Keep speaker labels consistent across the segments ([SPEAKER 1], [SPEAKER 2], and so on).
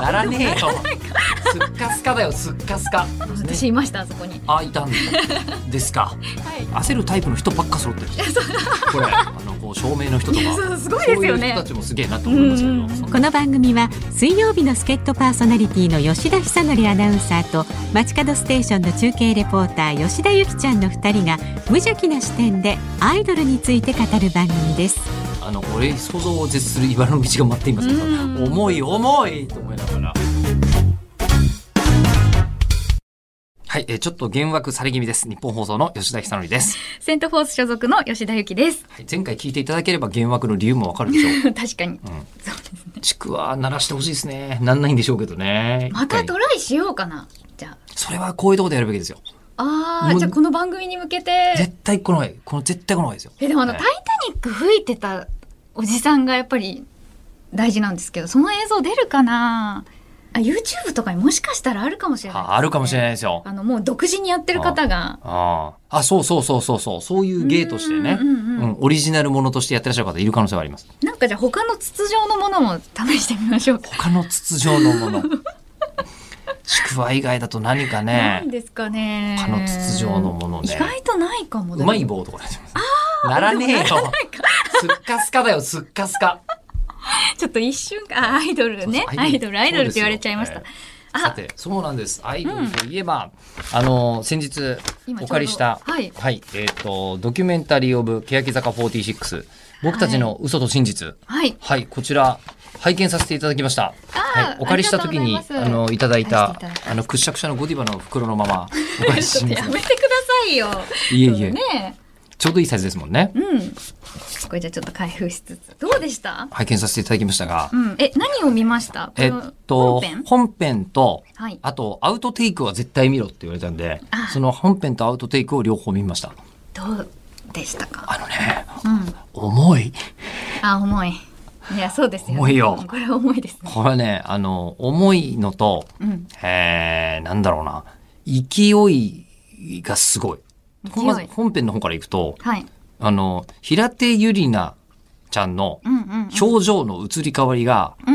[SPEAKER 1] ならね えよ。すっかすかだよ、すっかすか。
[SPEAKER 2] 私いましたあそこに
[SPEAKER 1] あ、いたんだ。ですか。
[SPEAKER 2] はい
[SPEAKER 1] 焦るタイプの人ばっか揃ってる。これ、あの、こう、照明の人とか。
[SPEAKER 2] そうすごい
[SPEAKER 1] そ
[SPEAKER 2] で
[SPEAKER 1] う
[SPEAKER 2] す
[SPEAKER 1] い
[SPEAKER 2] よ
[SPEAKER 1] う人
[SPEAKER 2] ね
[SPEAKER 1] たちもすげえなと思いますけ
[SPEAKER 2] うんうん
[SPEAKER 1] ど
[SPEAKER 2] うん
[SPEAKER 1] そん
[SPEAKER 3] こ
[SPEAKER 1] な。
[SPEAKER 3] の番組は水曜日の助っ人パーソナリティの吉田久典アナウンサーと街角ステーションの中継レポーター吉田由紀ちゃんの2人が無邪気な視点でアイドルについて語る番組です
[SPEAKER 1] あの、これ、想像を絶する茨の道が待っていますから。
[SPEAKER 2] うん
[SPEAKER 1] 重い、重いと思いながら。はい、えーちょっと幻惑され気味です。日本放送の吉田久典です。
[SPEAKER 2] セントフォース所属の吉田由紀です
[SPEAKER 1] はい前回聞いていただければ幻惑の理由もわかるでしょう。
[SPEAKER 2] 確かに
[SPEAKER 1] ちくわ鳴らしてほしいですね。なんないんでしょうけどね。
[SPEAKER 2] また
[SPEAKER 1] 一回
[SPEAKER 2] トライしようかなじゃ
[SPEAKER 1] それはこういうとこでやるべきですよ。
[SPEAKER 2] ああ
[SPEAKER 1] も
[SPEAKER 2] ー
[SPEAKER 1] う
[SPEAKER 2] じゃあこの番組に向けて
[SPEAKER 1] 絶対この絵、この絶対この絵ですよ。
[SPEAKER 2] えでもあの「
[SPEAKER 1] ね
[SPEAKER 2] タイタニック」吹いてたおじさんがやっぱり大事なんですけどその映像出るかなあ YouTube とかにもしかしたらあるかもしれないですね、
[SPEAKER 1] ああるかもしれないですよ。
[SPEAKER 2] あのもう独自にやってる方が
[SPEAKER 1] ああ。あ、そうそうそうそうそう。そういう芸としてね。
[SPEAKER 2] うんうんうん
[SPEAKER 1] うんオリジナルものとしてやってらっしゃる方いる可能性はあり ます。
[SPEAKER 2] なんかじゃあ他の筒状のものも試してみましょうか。
[SPEAKER 1] 他の筒状のもの。ちくわ以外だと何かね
[SPEAKER 2] 何。ですかね。
[SPEAKER 1] 他の筒状のものね
[SPEAKER 2] 意外とないかも。
[SPEAKER 1] うまい
[SPEAKER 2] でも
[SPEAKER 1] 棒とか出てます。ならねえよ。すっかすかだよ、すっかすか。
[SPEAKER 2] ちょっと一瞬あアイドルね
[SPEAKER 1] そうそう
[SPEAKER 2] アイドルアイドルって言われちゃいまし。
[SPEAKER 1] そ
[SPEAKER 2] た
[SPEAKER 1] うで。すよえーさ
[SPEAKER 2] あ
[SPEAKER 1] て、そうなんです。アイドルといえば、あの、先日
[SPEAKER 2] 今ちょうど
[SPEAKER 1] お借りした、
[SPEAKER 2] はい
[SPEAKER 1] えっ、と、ドキュメンタリー・オブ・欅坂46、僕たちの嘘と真実。
[SPEAKER 2] はい。
[SPEAKER 1] はい、こちら、拝見させていただきました。
[SPEAKER 2] ー
[SPEAKER 1] はい、お借りした時に、
[SPEAKER 2] ありがとうご
[SPEAKER 1] あ
[SPEAKER 2] ざいます
[SPEAKER 1] の、いただい
[SPEAKER 2] お
[SPEAKER 1] た
[SPEAKER 2] 貸していただい、た
[SPEAKER 1] あの、くしゃくしゃのゴディバの袋のまま、お返しし ま
[SPEAKER 2] や
[SPEAKER 1] す。
[SPEAKER 2] めてくださいよ。
[SPEAKER 1] いえいえ、
[SPEAKER 2] ね
[SPEAKER 1] ちょうどいいサイズですもんね
[SPEAKER 2] え。。うん。これじゃあちょっと開封しつつどうでした？
[SPEAKER 1] 拝見させていただきましたが
[SPEAKER 2] う、ん。え何を見ました？こ
[SPEAKER 1] えっ
[SPEAKER 2] の
[SPEAKER 1] と、
[SPEAKER 2] 本編？
[SPEAKER 1] 本編と、
[SPEAKER 2] はい。
[SPEAKER 1] あと、アウトテイクは絶対見ろって言われたんで
[SPEAKER 2] あ、
[SPEAKER 1] その本編とアウトテイクを両方見ました。
[SPEAKER 2] どうでしたか？
[SPEAKER 1] あのね、
[SPEAKER 2] うん。
[SPEAKER 1] 重い。
[SPEAKER 2] あ重い。いやそうですよね。
[SPEAKER 1] 重いよ
[SPEAKER 2] これは重いですね。
[SPEAKER 1] これね、あの、重いのと、
[SPEAKER 2] うん。
[SPEAKER 1] えー、なんだろうな、勢いがすごい。
[SPEAKER 2] 勢い
[SPEAKER 1] まず本編の方からいくと、
[SPEAKER 2] はい。
[SPEAKER 1] あの、平手ゆりなちゃんの
[SPEAKER 2] うんうんうん。
[SPEAKER 1] 表情の移り変わりが、
[SPEAKER 2] う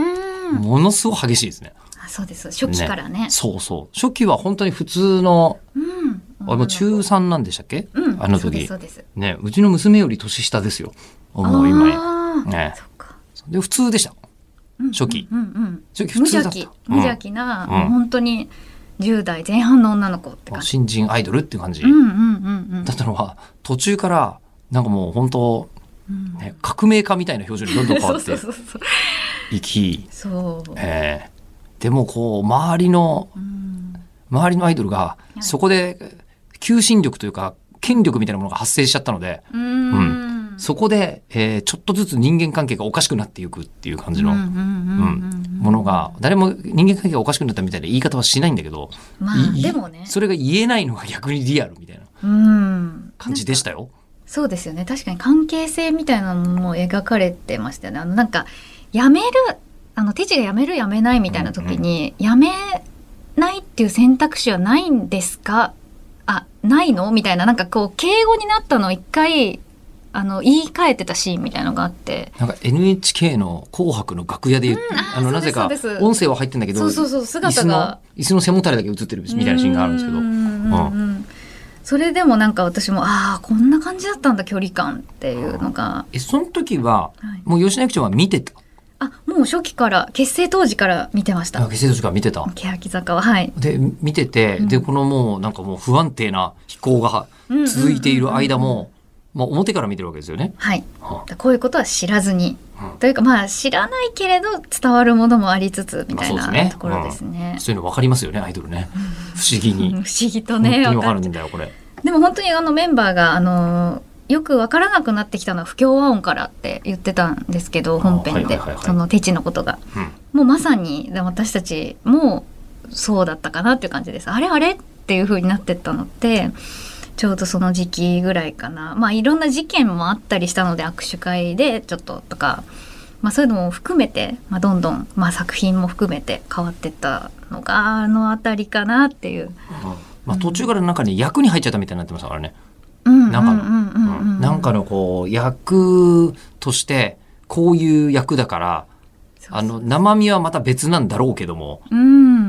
[SPEAKER 2] ん。
[SPEAKER 1] ものすごく激しいですね。
[SPEAKER 2] あそうです初期からね。
[SPEAKER 1] そうそう。初期は本当に普通の、
[SPEAKER 2] うん。
[SPEAKER 1] あもう中3なんでしたっけ、
[SPEAKER 2] うん。
[SPEAKER 1] あの
[SPEAKER 2] そう
[SPEAKER 1] 時
[SPEAKER 2] ですそ。うです。
[SPEAKER 1] ね、うちの娘より年下ですよ。もう今や。
[SPEAKER 2] 今
[SPEAKER 1] ね
[SPEAKER 2] そっか。
[SPEAKER 1] で、普通でした。
[SPEAKER 2] うん
[SPEAKER 1] 初期
[SPEAKER 2] うんうん。
[SPEAKER 1] 初期
[SPEAKER 2] 無
[SPEAKER 1] 普通だ
[SPEAKER 2] 邪
[SPEAKER 1] った
[SPEAKER 2] 気。無邪気なもう本当に10代前半の女の子って
[SPEAKER 1] うん
[SPEAKER 2] 感じ。
[SPEAKER 1] 新人アイドルっていう感じ。
[SPEAKER 2] うんうんうん
[SPEAKER 1] だったのは途中からなんかもう本当、
[SPEAKER 2] うん。
[SPEAKER 1] ね、革命家みたいな表情にどんどん変わ
[SPEAKER 2] そう
[SPEAKER 1] っ
[SPEAKER 2] そ
[SPEAKER 1] て
[SPEAKER 2] うそうそう。
[SPEAKER 1] いき、
[SPEAKER 2] そう。
[SPEAKER 1] えーでもこう周りの
[SPEAKER 2] うん
[SPEAKER 1] 周りのアイドルが
[SPEAKER 2] い
[SPEAKER 1] そこで求心力というか権力みたいなものが発生しちゃったので
[SPEAKER 2] うーん。
[SPEAKER 1] そこで、えーちょっとずつ人間関係がおかしくなっていくっていう感じの
[SPEAKER 2] うんうんうんうん
[SPEAKER 1] ものが誰も人間関係がおかしくなったみたいな言い方はしないんだけど、
[SPEAKER 2] ま
[SPEAKER 1] い
[SPEAKER 2] あ
[SPEAKER 1] い
[SPEAKER 2] でもね。
[SPEAKER 1] それが言えないのが逆にリアルみたいな
[SPEAKER 2] うん。
[SPEAKER 1] 感じでしたよ。
[SPEAKER 2] そうですよね確かに関係性みたいなのも描かれてましたよねあのなんか辞めるあの手地が辞める辞めないみたいな時に、辞めないっていう選択肢はないんですかあないのみたいななんかこう敬語になったのを一回あの言い換えてたシーンみたいのがあって
[SPEAKER 1] なんか NHK の「紅白」の楽屋で、
[SPEAKER 2] あー
[SPEAKER 1] あのなぜか
[SPEAKER 2] そうですそうです
[SPEAKER 1] 音声は入ってんだけど
[SPEAKER 2] そうそうそう
[SPEAKER 1] 椅
[SPEAKER 2] 姿
[SPEAKER 1] 子の
[SPEAKER 2] が
[SPEAKER 1] 椅子の背もたれだけ映ってるみたいなシーンがあるんですけど
[SPEAKER 2] うんうんうんそれでもなんか私もああこんな感じだったんだ距離感っていうのが、
[SPEAKER 1] えその時は
[SPEAKER 2] はい、
[SPEAKER 1] もう吉野駅長は見てた
[SPEAKER 2] あもう初期から結成当時から見てました
[SPEAKER 1] 学生としか見てた
[SPEAKER 2] 欅坂ははい
[SPEAKER 1] で見てて、でこのもうなんかもう不安定な飛行が続いている間も、まあ、表から見てるわけですよね。
[SPEAKER 2] はい
[SPEAKER 1] は
[SPEAKER 2] こういうことは知らずに、
[SPEAKER 1] うん
[SPEAKER 2] というかまあ知らないけれど伝わるものもありつつみたい
[SPEAKER 1] まあそ
[SPEAKER 2] な
[SPEAKER 1] うですね
[SPEAKER 2] ところですね。
[SPEAKER 1] そういうの分かりますよねアイドルね不思議
[SPEAKER 2] うん
[SPEAKER 1] に。
[SPEAKER 2] 不思議と
[SPEAKER 1] 本当に
[SPEAKER 2] ね
[SPEAKER 1] 分か
[SPEAKER 2] わか
[SPEAKER 1] る
[SPEAKER 2] る
[SPEAKER 1] んだよこれ。
[SPEAKER 2] でも本当にあのメンバーがあのよくわからなくなってきたのは不協和音からって言ってたんですけど本編
[SPEAKER 1] は
[SPEAKER 2] で
[SPEAKER 1] いはいはいはい
[SPEAKER 2] そのテチのことが
[SPEAKER 1] うん
[SPEAKER 2] もうまさにで私たちもそうだったかなっていう感じですあれあれっていう風になってったのってちょうどその時期ぐらいかなまあいろんな事件もあったりしたので握手会でちょっととか、まあ、そういうのも含めて、まあ、どんどん、まあ、作品も含めて変わってったのがあの辺りかなっていう
[SPEAKER 1] まあ、途中からなんかね役に入っちゃったみたいになってましたからね。
[SPEAKER 2] うん
[SPEAKER 1] なんかの
[SPEAKER 2] うんう
[SPEAKER 1] うん
[SPEAKER 2] うんうん
[SPEAKER 1] んなんかのこう役としてこういう役だからあの生身はまた別なんだろうけども、
[SPEAKER 2] うん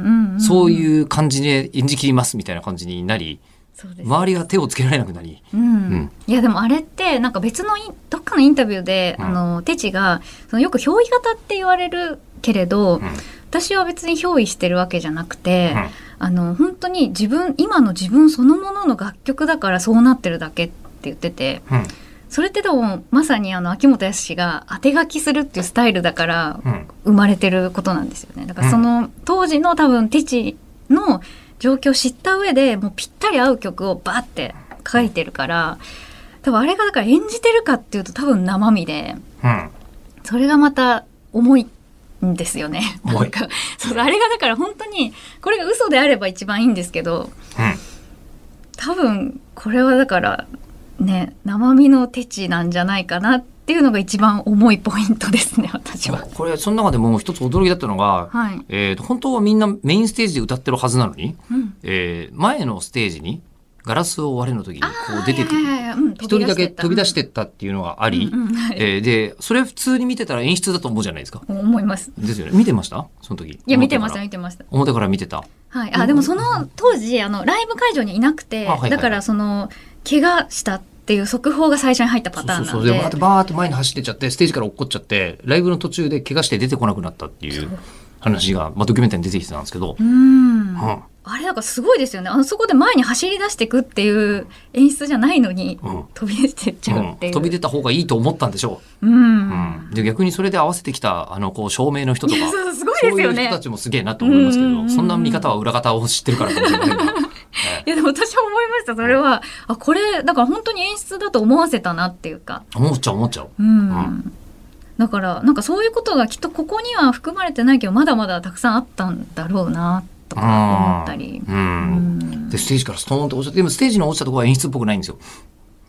[SPEAKER 2] うんうん、
[SPEAKER 1] そう
[SPEAKER 2] う
[SPEAKER 1] いう感じで演じきりますみたいな感じになり
[SPEAKER 2] そうです
[SPEAKER 1] 周りが手をつけられなくなり、
[SPEAKER 2] うん
[SPEAKER 1] うん
[SPEAKER 2] いやでもあれってなんか別のインどっかのインタビューで、
[SPEAKER 1] うん
[SPEAKER 2] あのテチがそのよく憑依型って言われるけれど、
[SPEAKER 1] ん
[SPEAKER 2] 私は別に憑依してるわけじゃなくて、
[SPEAKER 1] うん
[SPEAKER 2] あの本当に自分今の自分そのものの楽曲だからそうなってるだけって言ってて
[SPEAKER 1] うん
[SPEAKER 2] それってでもまさにあの秋元康が当て書きするっていうスタイルだから
[SPEAKER 1] うん
[SPEAKER 2] 生まれてることなんですよね。だからその当時の多分テチの状況を知った上でもうぴったり合う曲をバーって書いてるから多分あれがだから演じてるかっていうと多分生身で
[SPEAKER 1] うん
[SPEAKER 2] それがまた重いんですよね。
[SPEAKER 1] 重い
[SPEAKER 2] なんかそうあれがだから本当にこれが嘘であれば一番いいんですけど
[SPEAKER 1] うん
[SPEAKER 2] 多分これはだからね生身のテチなんじゃないかなっていうのが一番重いポイントですね私は。
[SPEAKER 1] これその中でもう一つ驚きだったのが、
[SPEAKER 2] はい、
[SPEAKER 1] えーと本当はみんなメインステージで歌ってるはずなのに、
[SPEAKER 2] うん
[SPEAKER 1] えー前のステージにガラスを割れの時にこう出てくる一
[SPEAKER 2] 一
[SPEAKER 1] 人だけ飛び出してったっていうのがあり、えーでそれ普通に見てたら演出だと思うじゃないですか。
[SPEAKER 2] 思います
[SPEAKER 1] ですよね見てましたその時
[SPEAKER 2] いや見てました
[SPEAKER 1] 表から
[SPEAKER 2] 見てました
[SPEAKER 1] 表から見てた
[SPEAKER 2] はいあでもその当時あのライブ会場にいなくて
[SPEAKER 1] あはいはい
[SPEAKER 2] だからその怪我したっていう速報が最初に入ったパターンな
[SPEAKER 1] そ
[SPEAKER 2] ん
[SPEAKER 1] うそうそうでバーって
[SPEAKER 2] で
[SPEAKER 1] バーって前に走ってっちゃってステージから落っこっちゃってライブの途中で怪我して出てこなくなったっていう話が、まあ、ドキュメンタリーに出てきてたんですけど、
[SPEAKER 2] う
[SPEAKER 1] うんん
[SPEAKER 2] あれだからすごいですよねあのそこで前に走り出していくっていう演出じゃないのに
[SPEAKER 1] うん
[SPEAKER 2] 飛び出てっちゃ
[SPEAKER 1] う
[SPEAKER 2] うっ
[SPEAKER 1] ん
[SPEAKER 2] ていう
[SPEAKER 1] 飛び出た方がいいと思ったんでしょ
[SPEAKER 2] う
[SPEAKER 1] う、
[SPEAKER 2] ん
[SPEAKER 1] うんで逆にそれで合わせてきたあのこう照明の人と
[SPEAKER 2] い
[SPEAKER 1] か
[SPEAKER 2] や そうすごい
[SPEAKER 1] そ
[SPEAKER 2] です
[SPEAKER 1] うい
[SPEAKER 2] よ
[SPEAKER 1] う人
[SPEAKER 2] ね
[SPEAKER 1] たちもすげえなと思いますけ
[SPEAKER 2] うんうんうんう
[SPEAKER 1] ど
[SPEAKER 2] ん
[SPEAKER 1] そんな見方は裏方を知ってるからかもしれないけど
[SPEAKER 2] いやでも私は思いましたそれはあこれだから本当に演出だと思わせたなっていうか
[SPEAKER 1] 思っちゃう思っちゃう。
[SPEAKER 2] うん
[SPEAKER 1] う
[SPEAKER 2] だからなんかそういうことがきっとここには含まれてないけどまだまだたくさんあったんだろうなとか思ったり。
[SPEAKER 1] う
[SPEAKER 2] うんん
[SPEAKER 1] でステージからストーンと落ちてでもステージの落ちたところは演出っぽくないんですよ。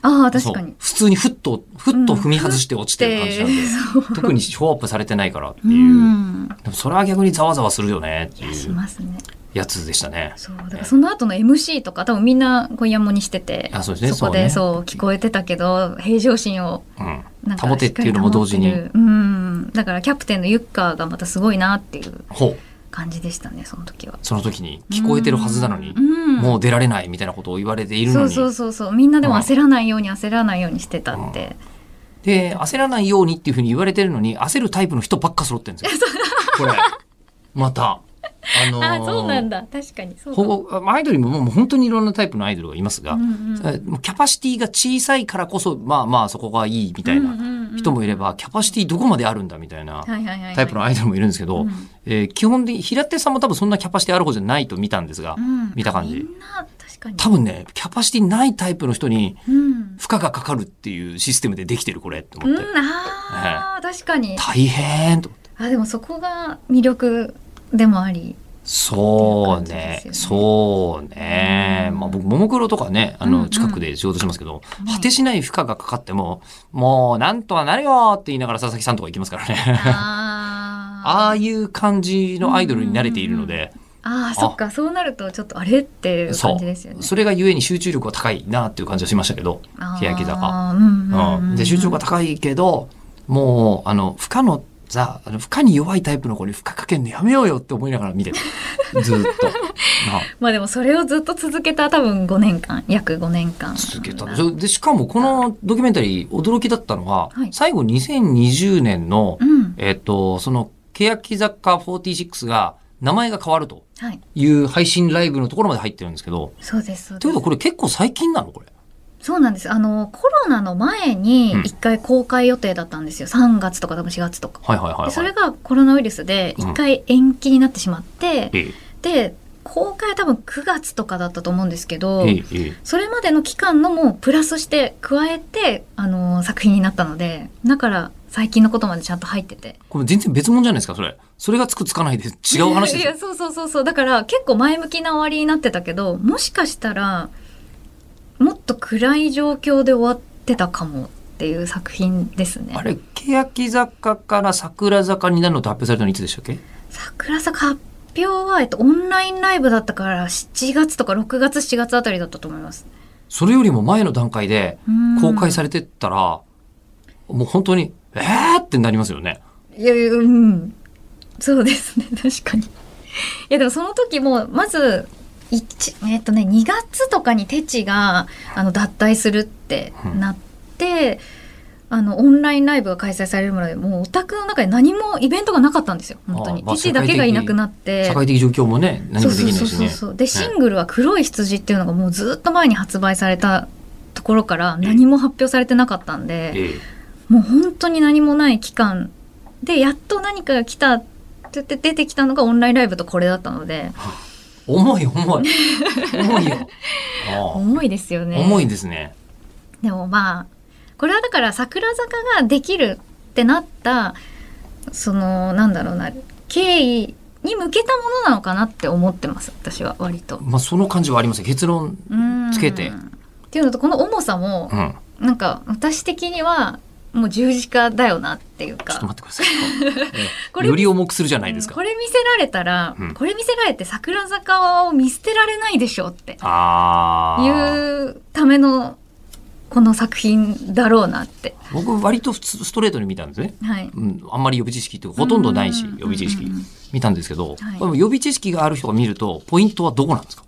[SPEAKER 2] ああ確かに
[SPEAKER 1] そう。普通にふっとふっと踏み外して落ちてる感じなんで、
[SPEAKER 2] そう
[SPEAKER 1] 特にショーアップされてないからっていうう、
[SPEAKER 2] ん
[SPEAKER 1] でもそれは逆にざわざわするよねって
[SPEAKER 2] いやし
[SPEAKER 1] いう
[SPEAKER 2] ますね
[SPEAKER 1] やつでしたね。
[SPEAKER 2] そうだからその後の MC とか多分みんな今夜もにしてて
[SPEAKER 1] あそうですね
[SPEAKER 2] こで
[SPEAKER 1] そ
[SPEAKER 2] そう聞こえてたけど平常心を
[SPEAKER 1] うん、
[SPEAKER 2] なんか
[SPEAKER 1] 保てっていうのも同時に
[SPEAKER 2] しっかり保ってるうんだからキャプテンのユッカーがまたすごいなっていう
[SPEAKER 1] ほう
[SPEAKER 2] 感じでしたねその時は
[SPEAKER 1] その時に聞こえてるはずなのに、
[SPEAKER 2] うん
[SPEAKER 1] もう出られないみたいなことを言われているの
[SPEAKER 2] そ
[SPEAKER 1] に
[SPEAKER 2] うそうそうそうみんなでも焦らないように焦らないようにしてたって、
[SPEAKER 1] で焦らないようにっていうふうに言われてるのに焦るタイプの人ばっか揃ってるん ですよ。これまた。あのー
[SPEAKER 2] あそうなんだ確かにそうだ
[SPEAKER 1] ほぼアイドルにももう本当にいろんなタイプのアイドルがいますが、
[SPEAKER 2] うんうん
[SPEAKER 1] えもうキャパシティが小さいからこそまあまあそこがいいみたい
[SPEAKER 2] うん
[SPEAKER 1] な
[SPEAKER 2] うんうん
[SPEAKER 1] 人もいれば、キャパシティどこまであるんだみたいな
[SPEAKER 2] はいはいはいはい
[SPEAKER 1] タイプのアイドルもいるんですけど、
[SPEAKER 2] うん
[SPEAKER 1] えー基本的に平手さんも多分そんなキャパシティある方じゃないと見たんですが、
[SPEAKER 2] うん
[SPEAKER 1] 見た感じ
[SPEAKER 2] みんな確かに
[SPEAKER 1] 多分ねキャパシティないタイプの人に
[SPEAKER 2] うん、
[SPEAKER 1] 負荷がかかるっていうシステムでできてるこれって
[SPEAKER 2] う
[SPEAKER 1] 思って、
[SPEAKER 2] ん、あー確かに
[SPEAKER 1] 大変と思って
[SPEAKER 2] あでもそこが魅力でもあ り
[SPEAKER 1] そう
[SPEAKER 2] っていう感
[SPEAKER 1] ね
[SPEAKER 2] じです
[SPEAKER 1] そ
[SPEAKER 2] よね
[SPEAKER 1] うね、
[SPEAKER 2] うん
[SPEAKER 1] まあ僕ももクロとかねあ
[SPEAKER 2] うんう
[SPEAKER 1] の
[SPEAKER 2] ん
[SPEAKER 1] 近くで仕事しますけど、
[SPEAKER 2] うん
[SPEAKER 1] 果てしない負荷がかかってももうなんとはなるよって言いながら佐々木さんとか行きますからね。あ
[SPEAKER 2] あー
[SPEAKER 1] あいう感じのアイドルに慣れているので、
[SPEAKER 2] あーそっかそうなるとちょっとあれっていう
[SPEAKER 1] そ
[SPEAKER 2] 感
[SPEAKER 1] う
[SPEAKER 2] じですよね
[SPEAKER 1] それがゆえに集中力が高いなっていう感じはしましたけど、
[SPEAKER 2] あー
[SPEAKER 1] 欅坂
[SPEAKER 2] うんうんうん
[SPEAKER 1] うん、で集中力が高いけどもうあの負荷のさあの負荷に弱いタイプの子に負荷かけるのやめようよって思いながら見てたずーっ と。なあ
[SPEAKER 2] まあでもそれをずっと続けた多分5年間約5年間
[SPEAKER 1] 続けたででしかもこのドキュメンタリー驚きだったのは、
[SPEAKER 2] はい
[SPEAKER 1] 最後2020年の、
[SPEAKER 2] うん
[SPEAKER 1] えっとその欅坂46が名前が変わると
[SPEAKER 2] はい
[SPEAKER 1] いう配信ライブのところまで入ってるんですけど
[SPEAKER 2] そうですそうです
[SPEAKER 1] ということはこれ結構最近なのこれ。
[SPEAKER 2] そうなんです。あの、コロナの前に
[SPEAKER 1] うん
[SPEAKER 2] 一回公開予定だったんですよ。3月とか多分4月とか。
[SPEAKER 1] はいはいはい、はい。
[SPEAKER 2] でそれがコロナウイルスで一回延期になってしまっ
[SPEAKER 1] え
[SPEAKER 2] て、
[SPEAKER 1] え
[SPEAKER 2] で、公開は多分9月とかだったと思うんですけど、
[SPEAKER 1] ええええ
[SPEAKER 2] それまでの期間のもうプラスして加えて、あの、作品になったので、だから最近のことまでちゃんと入ってて。
[SPEAKER 1] これ全然別物じゃないですかそれ。それがつくつかないで違う話で
[SPEAKER 2] い
[SPEAKER 1] すよ
[SPEAKER 2] や、。そうそうそうそう。だから結構前向きな終わりになってたけど、もしかしたら、もっと暗い状況で終わってたかもっていう作品ですね。
[SPEAKER 1] あれ欅坂から桜坂になるのって発表されたのいつでしたっけ
[SPEAKER 2] 桜坂発表は、えっと、オンラインライブだったから7月とか6月7月あたりだったと思います。
[SPEAKER 1] それよりも前の段階で公開されてったら、もう本当に、えーってなりますよね。
[SPEAKER 2] いやいやうんそうですね 確かにいやでもその時もまず一えっとね2月とかにテチがあの脱退するってなって、あのオンラインライブが開催されるまでもうオタクの中で何もイベントがなかったんですよ本当に、
[SPEAKER 1] ああまあ
[SPEAKER 2] テチだけがいなくなって
[SPEAKER 1] 社会的状況もね、何
[SPEAKER 2] そう
[SPEAKER 1] もでき
[SPEAKER 2] そ
[SPEAKER 1] ない
[SPEAKER 2] うそう
[SPEAKER 1] し
[SPEAKER 2] そう
[SPEAKER 1] ね。
[SPEAKER 2] そうでシングルは「黒い羊」っていうのがもうずっと前に発売されたところから
[SPEAKER 1] ええ
[SPEAKER 2] 何も発表されてなかったんで、
[SPEAKER 1] ええ
[SPEAKER 2] もう本当に何もない期間でやっと何かが来たって言って出てきたのがオンラインライブとこれだったので
[SPEAKER 1] 重い重い。重いよ。あ
[SPEAKER 2] 重いですよ
[SPEAKER 1] あ
[SPEAKER 2] ね
[SPEAKER 1] 重いですね。
[SPEAKER 2] でもまあこれはだから桜坂ができるってなったそのなんだろうな経緯に向けたものなのかなって思ってます私は割と。
[SPEAKER 1] まあその感じはありますね結論、
[SPEAKER 2] うん
[SPEAKER 1] つけて
[SPEAKER 2] っていうのとこの重さも
[SPEAKER 1] うん。
[SPEAKER 2] なんか私的にはもう十字架だよなっていうか。
[SPEAKER 1] ちょっと待ってくだ さい。ええ
[SPEAKER 2] これ
[SPEAKER 1] より重くするじゃないです
[SPEAKER 2] うん
[SPEAKER 1] か。
[SPEAKER 2] これ見せられたら、
[SPEAKER 1] うん
[SPEAKER 2] これ見せられて桜坂を見捨てられないでしょって
[SPEAKER 1] あ
[SPEAKER 2] い
[SPEAKER 1] あ。
[SPEAKER 2] うためのこの作品だろうなって。
[SPEAKER 1] 僕割と普通ストレートに見たんですね。
[SPEAKER 2] はい。
[SPEAKER 1] うん、あんまり予備知識ってほとんどないし
[SPEAKER 2] うん、
[SPEAKER 1] 予備知識
[SPEAKER 2] うん
[SPEAKER 1] 見たんですけど、
[SPEAKER 2] はい
[SPEAKER 1] これも予備知識がある人が見ると、ポイントはどこなんですか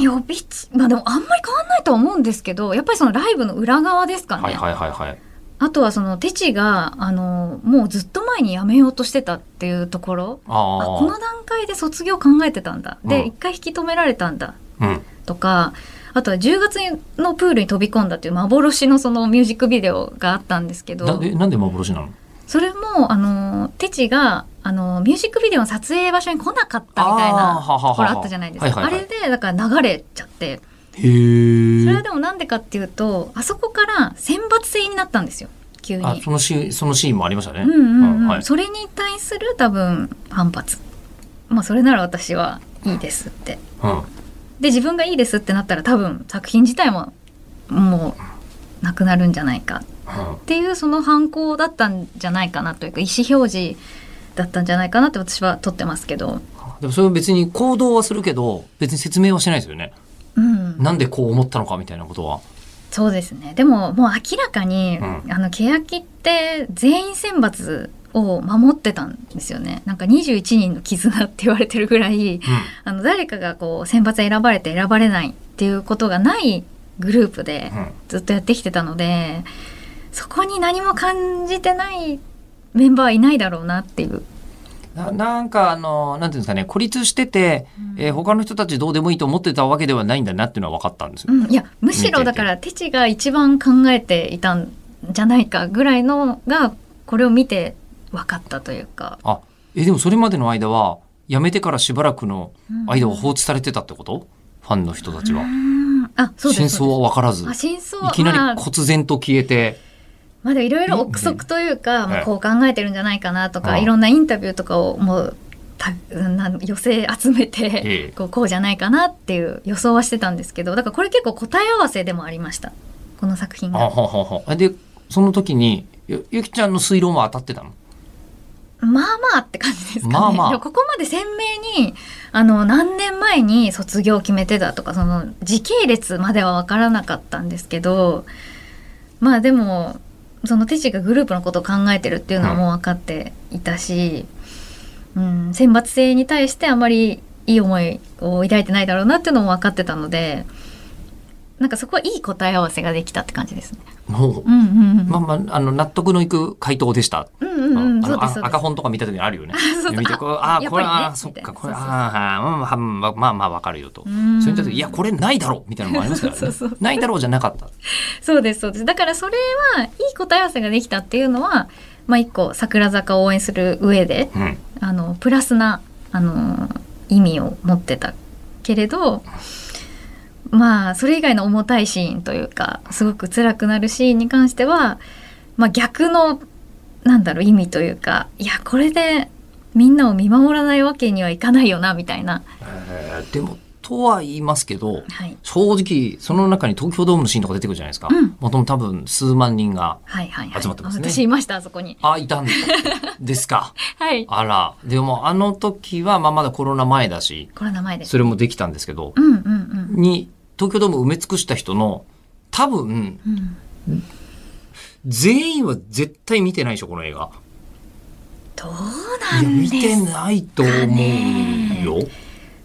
[SPEAKER 2] 予備知まあでもあんまり変わんないとは思うんですけど、やっぱりそのライブの裏側ですかね。
[SPEAKER 1] はいはいはいはい。
[SPEAKER 2] あとはそのテチがあのもうずっと前に辞めようとしてたっていうところ。あ
[SPEAKER 1] あ
[SPEAKER 2] この段階で卒業考えてたんだ。
[SPEAKER 1] う
[SPEAKER 2] で
[SPEAKER 1] ん
[SPEAKER 2] 一回引き止められたんだ
[SPEAKER 1] あ。うん。
[SPEAKER 2] とかあとは10月のプールに飛び込んだっていう幻のそのミュージックビデオがあったんですけ
[SPEAKER 1] な
[SPEAKER 2] ど
[SPEAKER 1] えなんで幻なの
[SPEAKER 2] それもあのテチがあのミュージックビデオの撮影場所に来なかったみたい
[SPEAKER 1] あ
[SPEAKER 2] な
[SPEAKER 1] ーはははは
[SPEAKER 2] ところあったじゃないですか
[SPEAKER 1] はいはいは
[SPEAKER 2] あ
[SPEAKER 1] い
[SPEAKER 2] れでだから流れちゃって
[SPEAKER 1] へ
[SPEAKER 2] それは
[SPEAKER 1] え。
[SPEAKER 2] でもなんでかっていうとあそこから選抜制になったんですよ急
[SPEAKER 1] あ、
[SPEAKER 2] に。
[SPEAKER 1] そのシーン、そのシーンもありましたね。
[SPEAKER 2] うんうんうん
[SPEAKER 1] はい。
[SPEAKER 2] それに対する多分反発まあそれなら私はいいですって
[SPEAKER 1] うん。
[SPEAKER 2] で自分がいいですってなったら多分作品自体ももうなくなるんじゃないかっていうその反抗だったんじゃないかなというか意思表示だったんじゃないかなって私は取ってますけど、
[SPEAKER 1] でもそれは別に行動はするけど、別に説明はしないですよね。
[SPEAKER 2] うん、
[SPEAKER 1] なんでこう思ったのかみたいなことは。
[SPEAKER 2] そうですねでももう明らかに、
[SPEAKER 1] うん
[SPEAKER 2] あの欅って全員選抜を守ってたんですよねなんか21人の絆って言われてるぐらいあの誰かがこう選抜選ばれて選ばれないっていうことがないグループで
[SPEAKER 1] うん。うん。
[SPEAKER 2] ずっとやってきてたのでそこに何も感じてないメンバーはいないだろうなっていう。
[SPEAKER 1] ななんかあの、なんていうんですかね、孤立してて、えー他の人たちどうでもいいと思ってたわけではないんだなっていうのは分かったんですよ。
[SPEAKER 2] うん、いやむし
[SPEAKER 1] 見て
[SPEAKER 2] ろ
[SPEAKER 1] て
[SPEAKER 2] だからテチが一番考えていたんじゃないかぐらいのがこれを見て分かったというか。
[SPEAKER 1] あ、え、でもそれまでの間は、辞めてからしばらくの
[SPEAKER 2] うん
[SPEAKER 1] 間は放置されてたってことファンの人たちは
[SPEAKER 2] う。んあそうです
[SPEAKER 1] 真相は分からず
[SPEAKER 2] そうです。あ真相
[SPEAKER 1] いきなり
[SPEAKER 2] まあ
[SPEAKER 1] 忽然と消えて、
[SPEAKER 2] まだいろいろ憶測というか、
[SPEAKER 1] うん
[SPEAKER 2] まあ、こう考えてるんじゃないかなとか、
[SPEAKER 1] うん
[SPEAKER 2] いろんなインタビューとかをもうたなん寄せ集めて、
[SPEAKER 1] ええ
[SPEAKER 2] こうこうじゃないかなっていう予想はしてたんですけどだからこれ結構答え合わせでもありましたこの作品
[SPEAKER 1] あは
[SPEAKER 2] が。
[SPEAKER 1] ははは。で、その時に、ゆゆきちゃんの推論は当たってたの
[SPEAKER 2] まあまあって感じですかね。
[SPEAKER 1] まあまあ
[SPEAKER 2] でもここまで鮮明にあの何年前に卒業を決めてたとかその時系列までは分からなかったんですけどまあでもそのテチがグループのことを考えてるっていうのはもう分かっていたし、うん選抜制に対してあまりいい思いを抱いてないだろうなっていうのも分かってたのでなんかそこはいい答え合わせができたって感じですね。
[SPEAKER 1] もう
[SPEAKER 2] う、んうんうん
[SPEAKER 1] まあまあ、あの、納得のいく回答でした。
[SPEAKER 2] うんうんうん
[SPEAKER 1] あ
[SPEAKER 2] そう
[SPEAKER 1] の
[SPEAKER 2] で
[SPEAKER 1] あ
[SPEAKER 2] すそうです
[SPEAKER 1] 赤本とか見た時にあるよね。
[SPEAKER 2] そうそう
[SPEAKER 1] 見てこうあ
[SPEAKER 2] やっぱりね
[SPEAKER 1] これあそ
[SPEAKER 2] み
[SPEAKER 1] った
[SPEAKER 2] いな
[SPEAKER 1] かこれ
[SPEAKER 2] そうそうそう
[SPEAKER 1] ああまあまあまあわかるよと。
[SPEAKER 2] うん
[SPEAKER 1] それに対していやこれないだろうみたいなのもありますから
[SPEAKER 2] そう
[SPEAKER 1] ね
[SPEAKER 2] そうそ。
[SPEAKER 1] ないだろうじゃなかった。
[SPEAKER 2] そうですそうですだからそれはいい答え合わせができたっていうのは、まあ、一個桜坂を応援する上で
[SPEAKER 1] うん。
[SPEAKER 2] あのプラスなあの意味を持ってたけれどまあそれ以外の重たいシーンというかすごく辛くなるシーンに関しては、まあ、逆のなんだろう意味というかいやこれでみんなを見守らないわけにはいかないよなみたいな。
[SPEAKER 1] えーでもとは言いますけど。
[SPEAKER 2] はい
[SPEAKER 1] 正直その中に東京ドームのシーンとか出てくるじゃないですか
[SPEAKER 2] うん。
[SPEAKER 1] もとも多分数万人が
[SPEAKER 2] はいはいはい、
[SPEAKER 1] 集まってますね
[SPEAKER 2] 私いましたあそこに。
[SPEAKER 1] あいたんですか。
[SPEAKER 2] はい。
[SPEAKER 1] あらでもあの時はまあまだコロナ前だし
[SPEAKER 2] コロナ前で。
[SPEAKER 1] それもできたんですけど
[SPEAKER 2] うんうんうん。
[SPEAKER 1] に東京ドーム埋め尽くした人の、多分、全員は絶対見てないでしょ、この映画。
[SPEAKER 2] どう
[SPEAKER 1] いや、
[SPEAKER 2] なん
[SPEAKER 1] 見
[SPEAKER 2] で
[SPEAKER 1] て
[SPEAKER 2] す
[SPEAKER 1] ないと思うよ。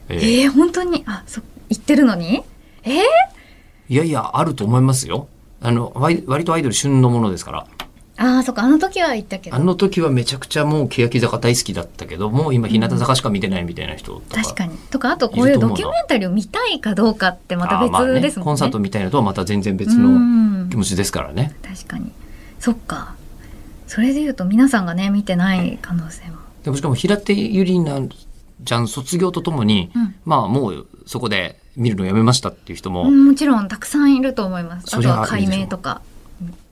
[SPEAKER 1] ええ
[SPEAKER 2] えー、本当にあそ言ってるのにえー、
[SPEAKER 1] いやいや、あると思いますよ。あの、割割とアイドル旬のものですから。
[SPEAKER 2] あーそっかあの時は言ったけど
[SPEAKER 1] あの時はめちゃくちゃもう欅坂大好きだったけど、もう今日向坂しか見てないみたいな人とか。
[SPEAKER 2] 確かにとかあとこういうドキュメンタリーを見たいかどうかってまた
[SPEAKER 1] あーまあ
[SPEAKER 2] 別
[SPEAKER 1] ね
[SPEAKER 2] ですもんね。
[SPEAKER 1] コンサートみたいなとはまた全然別
[SPEAKER 2] う
[SPEAKER 1] の
[SPEAKER 2] ん
[SPEAKER 1] 気持ちですからね。
[SPEAKER 2] 確かにそっかそれで言うと皆さんがね見てない可能性も、
[SPEAKER 1] でもしかも平手友梨奈ちゃん卒業とともに、
[SPEAKER 2] うん
[SPEAKER 1] まあもうそこで見るのやめましたっていう人も、
[SPEAKER 2] うんもちろんたくさんいると思いますあ
[SPEAKER 1] そり
[SPEAKER 2] と
[SPEAKER 1] ゃ
[SPEAKER 2] は解
[SPEAKER 1] いるでしょ
[SPEAKER 2] 明
[SPEAKER 1] う
[SPEAKER 2] とか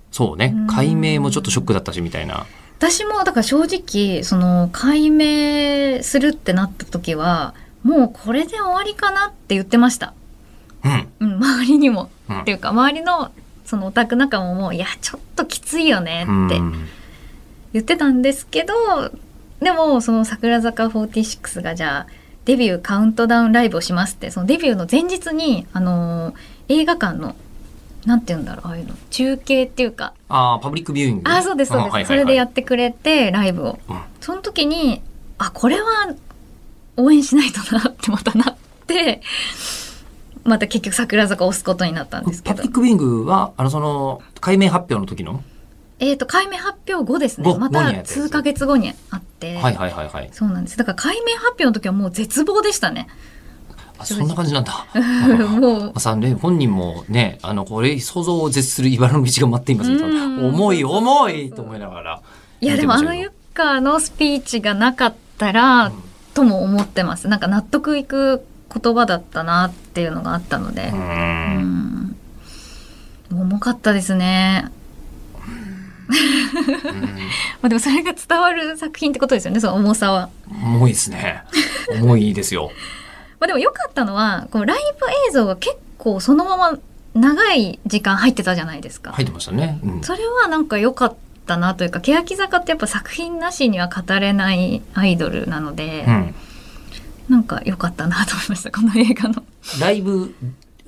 [SPEAKER 1] そうね
[SPEAKER 2] うん、
[SPEAKER 1] 解明もちょっとショックだったしみたいな。
[SPEAKER 2] 私もだから正直その解明するってなった時はもうこれで終わりかなって言ってました、
[SPEAKER 1] うん。
[SPEAKER 2] うん、周りにも、
[SPEAKER 1] うん
[SPEAKER 2] っていうか周りのそのオタク仲間もいやちょっときついよね
[SPEAKER 1] うん
[SPEAKER 2] って言ってたんですけどでもその桜坂46がじゃあデビューカウントダウンライブをしますってそのデビューの前日に、あのー映画館のなんて言うんだろうああいうの中継っていうか
[SPEAKER 1] ああ、パブリックビューイング。
[SPEAKER 2] あそうですそうです、
[SPEAKER 1] んはい
[SPEAKER 2] そ
[SPEAKER 1] はいはい
[SPEAKER 2] れでやってくれてライブを、
[SPEAKER 1] うん
[SPEAKER 2] その時にあこれは応援しないとなってまたなってまた結局桜坂を押すことになったんですけ
[SPEAKER 1] パブ
[SPEAKER 2] ど
[SPEAKER 1] リックビューイングは、あの、その、解明発表の時の、
[SPEAKER 2] えっ、と解明発表後ですね
[SPEAKER 1] 後
[SPEAKER 2] ま
[SPEAKER 1] 後にやったや
[SPEAKER 2] た
[SPEAKER 1] つですね
[SPEAKER 2] 数ヶ月後にあって、
[SPEAKER 1] はいはいはいはい。
[SPEAKER 2] そうなんですだから解明発表の時はもう絶望でしたね
[SPEAKER 1] あそんな感じなんだ。
[SPEAKER 2] もう
[SPEAKER 1] まさんね、本人もね、あの、これ、想像を絶する茨の道が待っていますみたいな。
[SPEAKER 2] うん
[SPEAKER 1] 重い、重い
[SPEAKER 2] そうそうそう
[SPEAKER 1] と思いながら。
[SPEAKER 2] いやでもあのユ
[SPEAKER 1] ゆ
[SPEAKER 2] ッカーのスピーチがなかったら、とも思ってますなんか納得いく言葉だったなっていうのがあったので
[SPEAKER 1] う、。
[SPEAKER 2] うんん重かったですね。 まあでもそれが伝わる作品ってことですよね、その重さは。
[SPEAKER 1] 重いですね。重いですよ。
[SPEAKER 2] まあでも良かったのは、こうライブ映像が結構そのまま長い時間入ってたじゃないですか。
[SPEAKER 1] 入ってましたね。うん。
[SPEAKER 2] それはなんか良かったなというか、欅坂ってやっぱ作品なしには語れないアイドルなので、
[SPEAKER 1] うん
[SPEAKER 2] なんか良かったなと思いました、この映画の。
[SPEAKER 1] ライブ、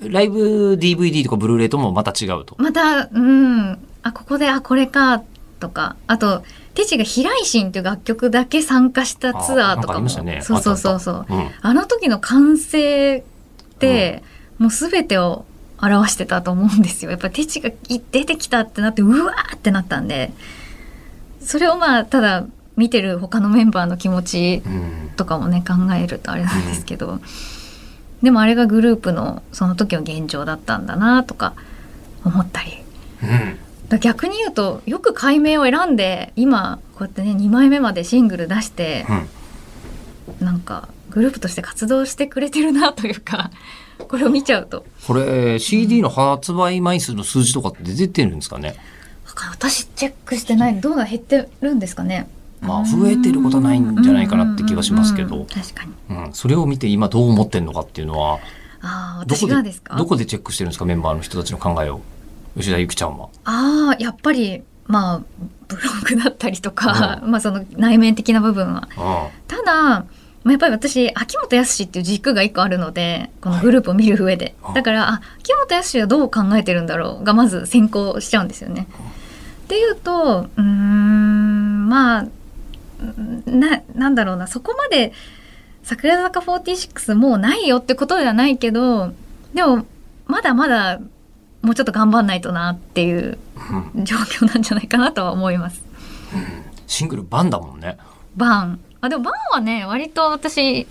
[SPEAKER 1] ライブ DVD とかブルーレイともまた違うと。
[SPEAKER 2] またうんあここであこれかとかあとテチが「平井心」という楽曲だけ参加したツ
[SPEAKER 1] あ
[SPEAKER 2] アーとか
[SPEAKER 1] なんかあり
[SPEAKER 2] も
[SPEAKER 1] ましたね
[SPEAKER 2] そうそうそうそう
[SPEAKER 1] うん。
[SPEAKER 2] あの時の完成って、もう全てを表してたと思うんですよやっぱテチがい出てきたってなってうわーってなったんでそれをまあただ見てる他のメンバーの気持ち
[SPEAKER 1] うん。
[SPEAKER 2] とかもね考えるとあれなんですけど、でもあれがグループのその時の現状だったんだなとか思ったり
[SPEAKER 1] うん。
[SPEAKER 2] だ逆に言うとよく解明を選んで今こうやってね2枚目までシングル出して
[SPEAKER 1] うん。
[SPEAKER 2] なんかグループとして活動してくれてるなというか これを見ちゃうと
[SPEAKER 1] これ、CD の発売枚数の数字とかって出てるんですかね。
[SPEAKER 2] あ私チェックしてないどうだ減ってるんですかね
[SPEAKER 1] まあ、増えてることはないんじゃないかなって気がしますけ
[SPEAKER 2] うんうんうんう
[SPEAKER 1] ど
[SPEAKER 2] ん。確かに
[SPEAKER 1] うん。それを見て今どう思ってんのかっていうのは、
[SPEAKER 2] ああ
[SPEAKER 1] どこ
[SPEAKER 2] 私が
[SPEAKER 1] で
[SPEAKER 2] ですか
[SPEAKER 1] どこでチェックしてるんですかメンバーの人たちの考えを吉田ゆきちゃんは。
[SPEAKER 2] ああやっぱりまあブログだったりとか、
[SPEAKER 1] う
[SPEAKER 2] まあその内面的な部分は
[SPEAKER 1] う
[SPEAKER 2] ただ、まあ、やっぱり私秋元康っていう軸が一個あるのでこのグループを見る上で、
[SPEAKER 1] はい。
[SPEAKER 2] だからあ秋元康はどう考えてるんだろうがまず先行しちゃうんですよね。っていうとうーんまあうんななんだろうなそこまで桜坂46もうないよってことではないけどでもまだまだもうちょっと頑張んないとなっていうん状況なんじゃないかなとは思います。
[SPEAKER 1] シングルバンだもんね。
[SPEAKER 2] バン。あ、でもバンはね、割と私、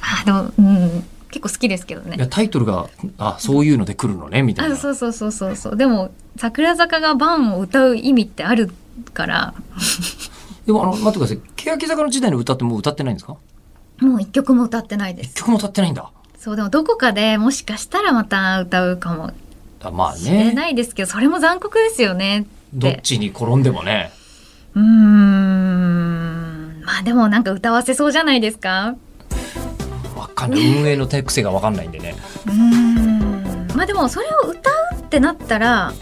[SPEAKER 2] あ、でも、うん、結構好きですけど
[SPEAKER 1] いや
[SPEAKER 2] ね。
[SPEAKER 1] タイトルが、あ、そういうので来るのね、みたい
[SPEAKER 2] あ、
[SPEAKER 1] な。
[SPEAKER 2] そうそうそうそうそう。でも、桜坂がバンを歌う意味ってあるから、
[SPEAKER 1] でも、あの、待ってください。欅坂の時代の歌ってもう歌ってないんですか
[SPEAKER 2] もう一曲も歌ってないで
[SPEAKER 1] 一
[SPEAKER 2] す。
[SPEAKER 1] 曲も歌ってないんだ。
[SPEAKER 2] そう、でもどこかでもしかしたらまた歌うかも
[SPEAKER 1] あまあ
[SPEAKER 2] しれ
[SPEAKER 1] ね。
[SPEAKER 2] ないですけど、それも残酷ですよねっ。
[SPEAKER 1] どってちに転んでもね。
[SPEAKER 2] うーん。まあでもなんか歌わせそうじゃないですか
[SPEAKER 1] わかんない。運営の手癖がわかんないんでね。
[SPEAKER 2] うーんまあでもそれを歌うってなったら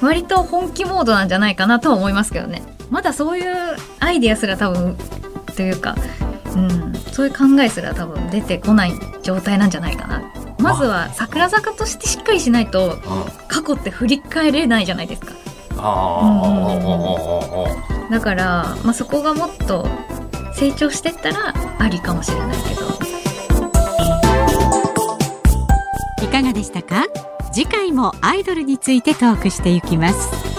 [SPEAKER 2] 割と本気モードなんじゃないかなとは思いますけどねまだそういうアイディアすら多分というか、うん、そういう考えすら多分出てこない状態なんじゃないかなまずは桜坂としてしっかりしない
[SPEAKER 1] う
[SPEAKER 2] と
[SPEAKER 1] ん
[SPEAKER 2] 過去って振り返れないじゃないですか
[SPEAKER 1] ああ
[SPEAKER 2] だから、まあ、そこがもっと成長してったらありかもしれないけど
[SPEAKER 3] いかがでしたか次回もアイドルについてトークしていきます